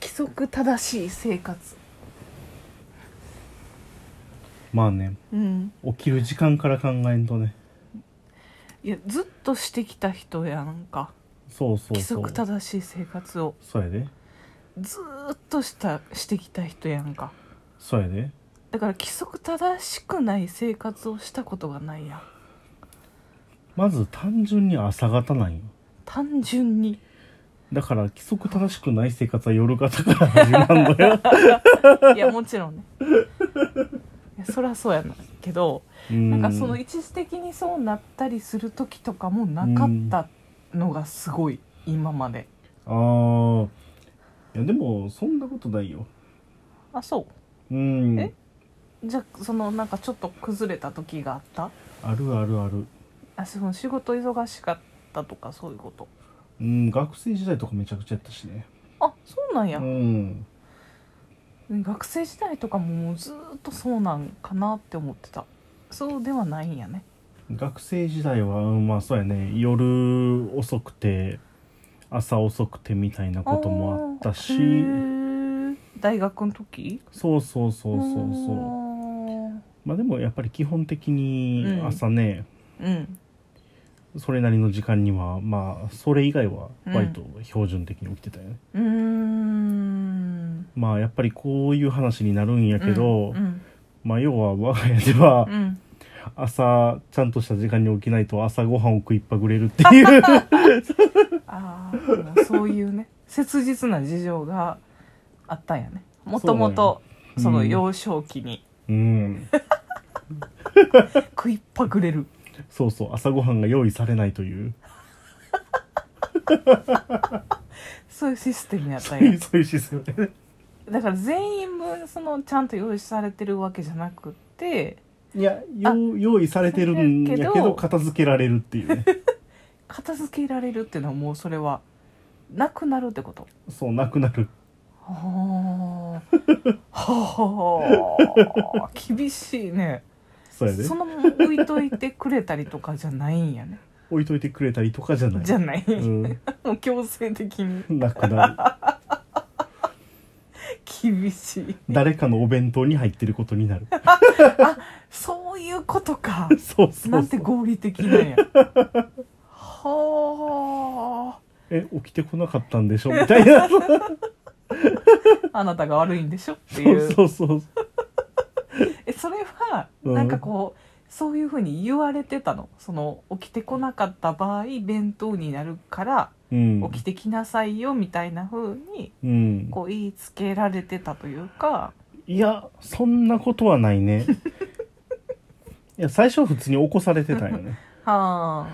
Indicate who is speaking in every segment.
Speaker 1: 則正しい生活
Speaker 2: まあね
Speaker 1: うん
Speaker 2: 起きる時間から考えんとね
Speaker 1: いやずっとしてきた人やんか
Speaker 2: そうそう
Speaker 1: 規
Speaker 2: そう
Speaker 1: 則正しい生活を
Speaker 2: そうやで
Speaker 1: ずーっとしたしてきた人やんか
Speaker 2: そうやで
Speaker 1: だから規則正しくない生活をしたことがないやん
Speaker 2: まず単純に朝方なんよ
Speaker 1: 単純 に
Speaker 2: だから規則正しくない生活は夜型から始ま るのよ、
Speaker 1: いやもちろんねいやそりゃそうやなけど
Speaker 2: うん、
Speaker 1: なんかその一時的にそうなったりする時とかもなかったのがすごい今まで
Speaker 2: ああいやでもそんなことないよ
Speaker 1: あそ
Speaker 2: うん
Speaker 1: えうじゃあそのなんかちょっと崩れた時があった
Speaker 2: あるあるある
Speaker 1: あその仕事忙しかったとかそういうこと
Speaker 2: うん学生時代とかめちゃくちゃやったしね
Speaker 1: あそうなんや
Speaker 2: う、ん
Speaker 1: 学生時代とかももうずーっとそうなんかなって思ってたそうではないんやね
Speaker 2: 学生時代はうんまあそうやね夜遅くて朝遅くてみたいなこともあった
Speaker 1: あ
Speaker 2: し
Speaker 1: ーへー大学の時
Speaker 2: そうそうそうそうそう
Speaker 1: そ
Speaker 2: まあでもやっぱり基本的に
Speaker 1: うん
Speaker 2: 朝ね、
Speaker 1: ううん
Speaker 2: それなりの時間にはまあそれ以外は割と標準的に起きてたよね、
Speaker 1: うーん
Speaker 2: まあやっぱりこういう話になるんやけど、
Speaker 1: うん
Speaker 2: まあ要は我が家では、
Speaker 1: うんうん
Speaker 2: 朝ちゃんとした時間に起きないと朝ごはんを食いっぱぐれるって いう
Speaker 1: ああそういうね切実な事情があったんやねもともと
Speaker 2: そ
Speaker 1: そう
Speaker 2: なんや
Speaker 1: の
Speaker 2: うん
Speaker 1: 幼少期に
Speaker 2: うん
Speaker 1: 食いっぱぐれる
Speaker 2: そうそう朝ごはんが用意されないという
Speaker 1: そういうシステムやった
Speaker 2: そうんい
Speaker 1: や
Speaker 2: うそういうシステムね
Speaker 1: だから全員分そのちゃんと用意されてるわけじゃなくって
Speaker 2: いやよう用意されてるんやけ
Speaker 1: されるけ
Speaker 2: ど
Speaker 1: ど
Speaker 2: 片付けられるっていうね
Speaker 1: 片付けられるっていうのはもうそれはなくなるってこと
Speaker 2: そうなくなる
Speaker 1: はあはあ厳しいね
Speaker 2: そうやで
Speaker 1: そのまま置いといてくれたりとかじゃないんやね
Speaker 2: 置いといてくれたりとかじゃない
Speaker 1: じゃない、
Speaker 2: うん、
Speaker 1: もう強制的に
Speaker 2: なくなる
Speaker 1: 厳しい
Speaker 2: 誰かのお弁当に入ってること になる
Speaker 1: そういうことか
Speaker 2: そうそ
Speaker 1: な
Speaker 2: うんそ
Speaker 1: て
Speaker 2: う
Speaker 1: 合理的なんやは
Speaker 2: え起きてこなかったんでしょみたいなそ
Speaker 1: ああなたが悪いんでしょっていう
Speaker 2: うそうそう
Speaker 1: えそれは
Speaker 2: うん
Speaker 1: なんかこう、そういうふうに言われてたのその起きてこなかった場合弁当になるから
Speaker 2: うん
Speaker 1: 起きてきなさいよみたいなふうに
Speaker 2: うん
Speaker 1: こう言いつけられてたというか
Speaker 2: いやそんなことはないねいや最初は普通に起こされてたん よね
Speaker 1: は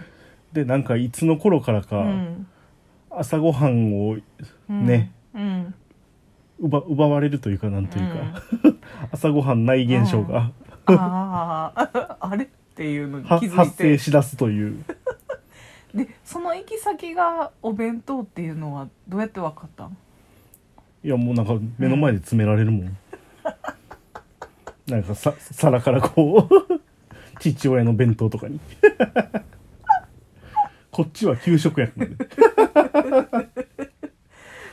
Speaker 2: でなんかいつの頃から
Speaker 1: あ、
Speaker 2: か、
Speaker 1: うん
Speaker 2: 朝ごはんを
Speaker 1: うん
Speaker 2: ね
Speaker 1: うん
Speaker 2: 奪奪われるというかなんというか、
Speaker 1: うん
Speaker 2: 朝ごはんない現象が、
Speaker 1: あああれっていうのに
Speaker 2: は
Speaker 1: 気づい
Speaker 2: 発生
Speaker 1: て
Speaker 2: しだすという
Speaker 1: でその行き先がお弁当っていうのはどうやって分かったん
Speaker 2: いやもうなんか目の前で詰められるもん、なんかさ皿からこう父親の弁当と かにこっちは給食やからね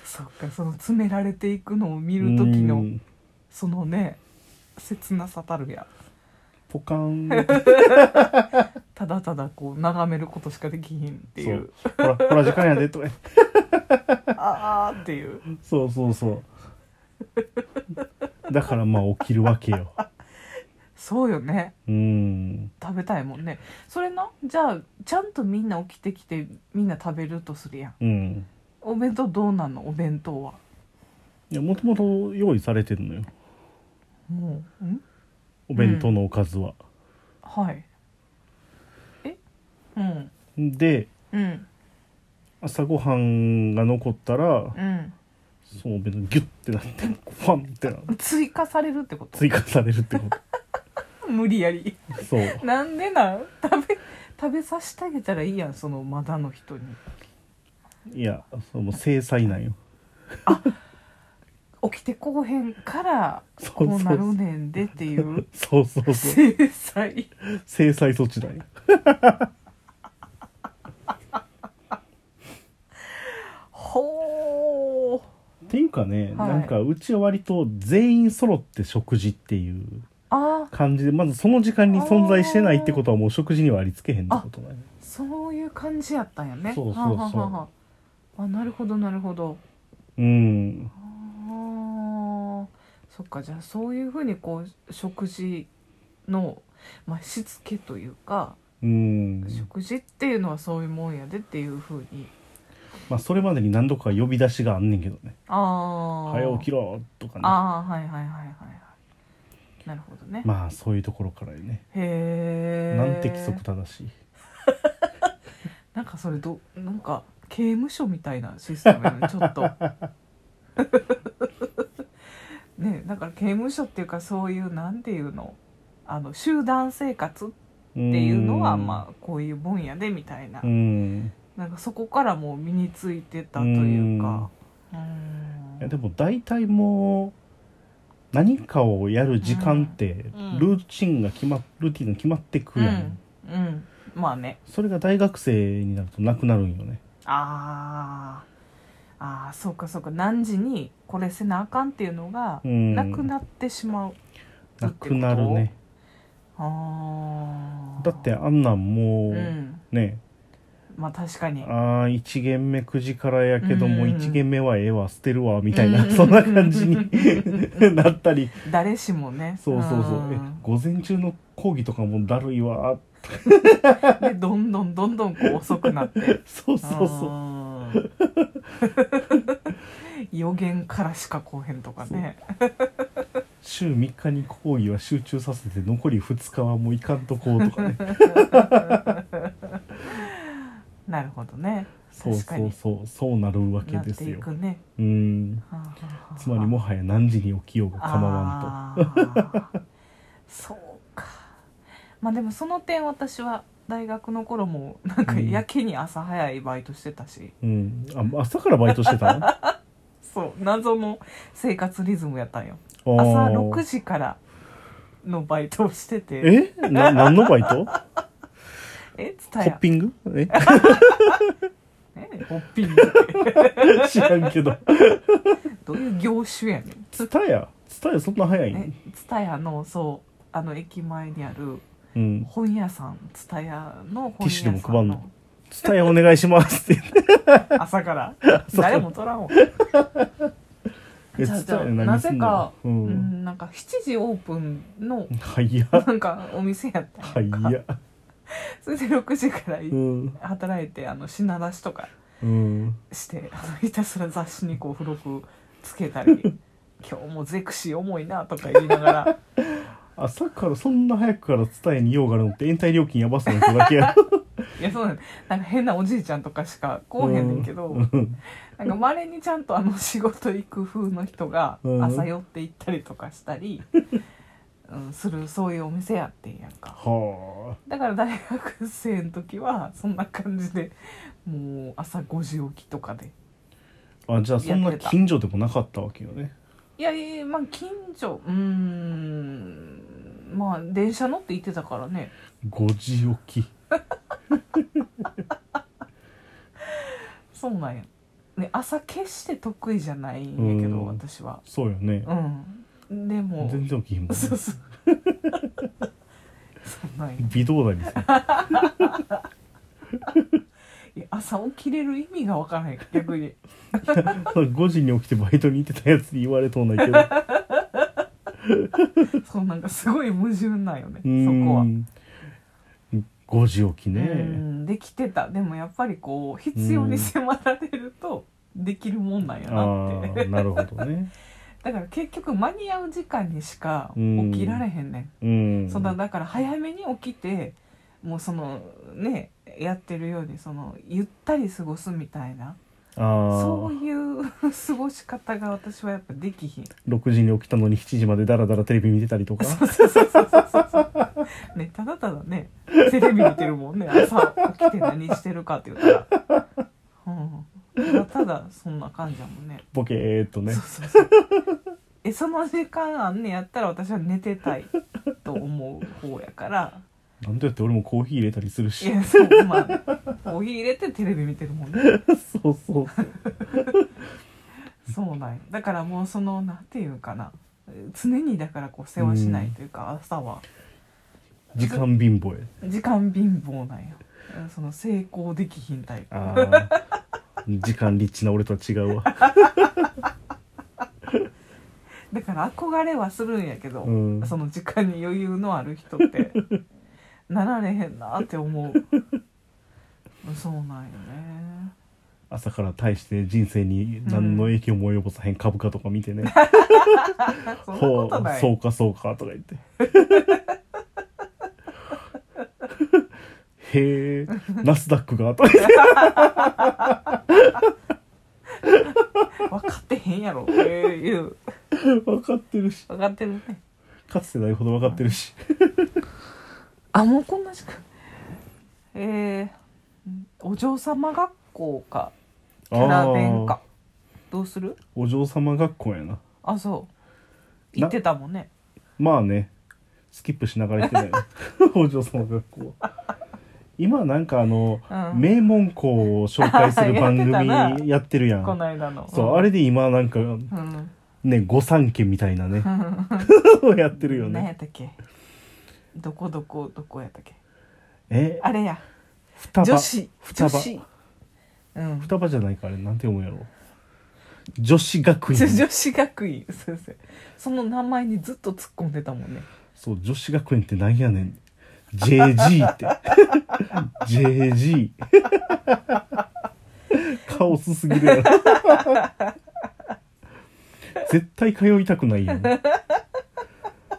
Speaker 1: そっかその詰められていくのを見る時
Speaker 2: う
Speaker 1: の
Speaker 2: ん
Speaker 1: そのね切なさたるや
Speaker 2: ポカーン
Speaker 1: ただただこう眺めることしかできひんっていう
Speaker 2: そうほらほら時間やでとか言って
Speaker 1: ああっていう
Speaker 2: そうそうそう。だからまあ起きるわけよ。
Speaker 1: そうよね
Speaker 2: うん。
Speaker 1: 食べたいもんねそれなじゃあちゃんとみんな起きてきてみんな食べるとするやん
Speaker 2: うん。
Speaker 1: お弁当どうなんのお弁当はい
Speaker 2: や、もともと用意されてるのよ。
Speaker 1: もうん
Speaker 2: お弁当のおかずは。
Speaker 1: はいえうん
Speaker 2: で、
Speaker 1: うん
Speaker 2: 朝ごはんが残ったら、
Speaker 1: うん
Speaker 2: そのお弁当ギュッてなって、ファンってな
Speaker 1: 追加されるってこと
Speaker 2: 追加されるってこ
Speaker 1: 無理やり
Speaker 2: と。そう。
Speaker 1: なんでなん食べ食べさせてあげたらいいやんそのまだの人に
Speaker 2: いや、そうもう制裁なんよ。
Speaker 1: 起きてこうへんから
Speaker 2: そ
Speaker 1: こ
Speaker 2: うそう
Speaker 1: う
Speaker 2: そ
Speaker 1: なる
Speaker 2: う。
Speaker 1: ねんでっていう
Speaker 2: そうそうそう。
Speaker 1: 制裁
Speaker 2: 制裁措置だよ。
Speaker 1: ほう
Speaker 2: っていうかね、
Speaker 1: はい
Speaker 2: なんかうちは割と全員揃って食事っていう
Speaker 1: ああ
Speaker 2: 感じでまずその時間に存在してないってことはもう食事にはありつけへんってことない
Speaker 1: そういう感じやったんやね
Speaker 2: そうそうそう
Speaker 1: はあはあはあはああなるほどなるほど
Speaker 2: うん
Speaker 1: あーそっかじゃあそういうふうにこう食事の、まあ、しつけというか、
Speaker 2: うん
Speaker 1: 食事っていうのはそういうもんやでっていうふうに
Speaker 2: まあそれまでに何度か呼び出しがあんねんけどね
Speaker 1: ああ
Speaker 2: 「早起きろ」とかね
Speaker 1: ああはいはいはいはいはいなるほどね、
Speaker 2: まあそういうところからよね
Speaker 1: へえ
Speaker 2: なんて規則正しい
Speaker 1: なんかそれどなんか刑務所みたいなシステムやねちょっと ねだから刑務所っていうかそういうなんていうのあの集団生活って
Speaker 2: って
Speaker 1: いうのはまあこういうもんやでみたいな、
Speaker 2: うん
Speaker 1: なんかそこからもう身についてたというかう
Speaker 2: いや
Speaker 1: ん
Speaker 2: でも大体もう何かをやる時間って
Speaker 1: うん
Speaker 2: ルーチンが決まっルーティンが決まってくやん、
Speaker 1: うん、うん、まあね
Speaker 2: それが大学生になるとなくなるんよね
Speaker 1: あーあーそうかそうか何時にこれせなあかんっていうのが
Speaker 2: うん
Speaker 1: なくなってしまう、
Speaker 2: なくなるね
Speaker 1: ああ
Speaker 2: だってあんなんも
Speaker 1: う
Speaker 2: う、
Speaker 1: ん
Speaker 2: ね
Speaker 1: まあ確かに
Speaker 2: ああ1限目9時からやけども
Speaker 1: うん
Speaker 2: 1限目はええわ捨てるわみたいな、
Speaker 1: うん
Speaker 2: そんな感じに なったり
Speaker 1: 誰しもね
Speaker 2: そうそうそう、え
Speaker 1: ん
Speaker 2: 午前中の講義とかもだるいわ
Speaker 1: でどんどんどんどんこう遅くなって
Speaker 2: そう そうそう
Speaker 1: うん予言からしかこうへんとかね
Speaker 2: 週3日に講義は集中させて残り2日はもういかんとこうと かね
Speaker 1: なるほどね
Speaker 2: そう
Speaker 1: 確か
Speaker 2: そう
Speaker 1: に
Speaker 2: そうそうなるわけ
Speaker 1: なっ
Speaker 2: で
Speaker 1: て
Speaker 2: す
Speaker 1: い
Speaker 2: よ
Speaker 1: くね
Speaker 2: うん
Speaker 1: はあはあはあ
Speaker 2: つまりもはや何時に起きようが構わん
Speaker 1: あーそうかまあでもその点私は大学の頃もなんか
Speaker 2: うん
Speaker 1: やけに朝早いバイトしてたし、
Speaker 2: と、うん、あ朝からバイトし てたの朝
Speaker 1: そう謎の生活リズムやったんよ朝6時からのバイトをしてて
Speaker 2: えな何のバイ ト
Speaker 1: えつ
Speaker 2: ホ
Speaker 1: た
Speaker 2: ッ
Speaker 1: や
Speaker 2: ピングえ
Speaker 1: えホッピングって
Speaker 2: 知らんけど
Speaker 1: どういう業種やねん
Speaker 2: ツタヤツタヤそんな早い
Speaker 1: え
Speaker 2: ん
Speaker 1: つたやのそうあの駅前にある
Speaker 2: うん
Speaker 1: 本屋さんつたやの本
Speaker 2: ティッ
Speaker 1: 屋
Speaker 2: シ
Speaker 1: さ
Speaker 2: ュ
Speaker 1: ん
Speaker 2: でも配んのツタヤお願いしますって
Speaker 1: 朝 から
Speaker 2: から
Speaker 1: 誰も取らんわ
Speaker 2: え
Speaker 1: じゃあじゃあ
Speaker 2: 蔦屋
Speaker 1: な
Speaker 2: 何す
Speaker 1: ぜ
Speaker 2: んの
Speaker 1: か、う
Speaker 2: うん
Speaker 1: ん、なんか7時オープン の
Speaker 2: はいや
Speaker 1: なんかお店やった
Speaker 2: は
Speaker 1: んやんか
Speaker 2: いや
Speaker 1: それで6時からい
Speaker 2: うん
Speaker 1: 働いてあの品出しとか
Speaker 2: うん
Speaker 1: して あのひたすら雑誌にこう付録つけたり 今日もゼクシー重いなとか言いながら
Speaker 2: 朝からそんな早くから伝えに用があるのって延滞料金やばそうな人だ けや
Speaker 1: いやそうなんなんか変なおじいちゃんとかしかこうへんねんけど、
Speaker 2: うん
Speaker 1: なんかまれにちゃんとあの仕事行く風の人が
Speaker 2: うん
Speaker 1: 朝寄って行ったりとかしたり、うん、するそういうお店やってんやんか。
Speaker 2: は
Speaker 1: だから大学生の時はそんな感じでもう朝5時起きとかで
Speaker 2: ああじゃあそん
Speaker 1: やっ
Speaker 2: な
Speaker 1: てた
Speaker 2: 近所でもなかったわけよね
Speaker 1: いやいやまあ近所うーんまあ電車乗って行ってたからね
Speaker 2: 5時起き
Speaker 1: そうなんや、ね、朝決して得意じゃないんやけ
Speaker 2: う
Speaker 1: ど
Speaker 2: ん
Speaker 1: 私は
Speaker 2: そうよね
Speaker 1: うんでも
Speaker 2: 全然起きひんもんね
Speaker 1: そう そうそんなんや
Speaker 2: 微動だにさ
Speaker 1: いや朝起きれる意味がわからへん逆に
Speaker 2: 5時に起きてバイトに行ってたやつに言われとうないけど
Speaker 1: そうなんかすごい矛盾なんよね
Speaker 2: う
Speaker 1: そこは
Speaker 2: ん5時起き
Speaker 1: う
Speaker 2: ね
Speaker 1: んできてたでもやっぱりこう必要に迫られるとできるもんなんやなっ
Speaker 2: あ
Speaker 1: て、
Speaker 2: あなるほど ね
Speaker 1: だから結局間に合う時間にしか
Speaker 2: うん
Speaker 1: 起きられへんね、
Speaker 2: うんん
Speaker 1: そんなだから早めに起きてもうそのねやってるようにそのゆったり過ごすみたいな
Speaker 2: あ
Speaker 1: そういう過ごし方が私はやっぱできひん
Speaker 2: あ6時に起きたのに7時までダラダラテレビ見てたりとか
Speaker 1: ねただただねテレビ見てるもんね朝起きて何してるかって言ったら、うん、ただただそんな感じやもんね
Speaker 2: ボケーっとね
Speaker 1: そうそうそうえその時間あんねやったら私は寝てたいと思う方やから
Speaker 2: なんだよって俺もコーヒー入れたりする
Speaker 1: い
Speaker 2: し
Speaker 1: やそうまあコーヒー入れてテレビ見てるもんね
Speaker 2: そうそう
Speaker 1: そうだよだからもうそのなんていうかな常にだからこう世話しないというか、朝は
Speaker 2: 時間貧乏や
Speaker 1: 時間貧乏なんやその成功できひんタイプ
Speaker 2: あー時間リッチな俺とは違うわ
Speaker 1: だから憧れはするんやけど、
Speaker 2: うん
Speaker 1: その時間に余裕のある人って なられへんなって思うそうなんよね
Speaker 2: 朝から大して人生に何の影響も及ぼさへん株価とか見てね、
Speaker 1: そんな
Speaker 2: ほ
Speaker 1: ことな
Speaker 2: う
Speaker 1: い
Speaker 2: そうかそうかとか言って へえナスダックがとか言って
Speaker 1: 分かってへんやろっていう
Speaker 2: 分かってるし
Speaker 1: 分かってるね
Speaker 2: かつてないほど分かってるし
Speaker 1: あもうこんな時間えー、お嬢様学校かキャラ弁
Speaker 2: あ
Speaker 1: かどうする
Speaker 2: ーお嬢様学校やな
Speaker 1: あそう言
Speaker 2: な
Speaker 1: ってたもんね
Speaker 2: まあねスキップしながら行って ないお嬢様学校今なんかあの、
Speaker 1: うん
Speaker 2: 名門校を紹介する番
Speaker 1: やって たな
Speaker 2: 組やってるや
Speaker 1: こ
Speaker 2: ん
Speaker 1: の間の
Speaker 2: そうあれで今なんか
Speaker 1: うん
Speaker 2: ね御三家みたいなね やってるよ
Speaker 1: 何や
Speaker 2: ね
Speaker 1: ったっけどこどこどこやったっけ
Speaker 2: え
Speaker 1: あれや
Speaker 2: 双葉
Speaker 1: 女子
Speaker 2: 双
Speaker 1: 女
Speaker 2: 葉
Speaker 1: 子うん
Speaker 2: 双葉じゃないかあれなんて読むやろ女子学院
Speaker 1: 女子学院そうそうその名前にずっと突っ込んでたもんね
Speaker 2: そう女子学院ってなんやねん JG って JG カオスすぎるやろ絶対通いたくないやん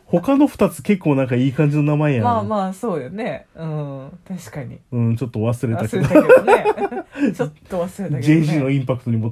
Speaker 2: 他の2つ結構なんかいい感じの名前やん、
Speaker 1: まあまあそうよねうん確かに
Speaker 2: うんちょっと忘れた
Speaker 1: 忘
Speaker 2: け
Speaker 1: れ
Speaker 2: ど
Speaker 1: たけどね ちょっと忘れたけどね
Speaker 2: JG のインパクトにも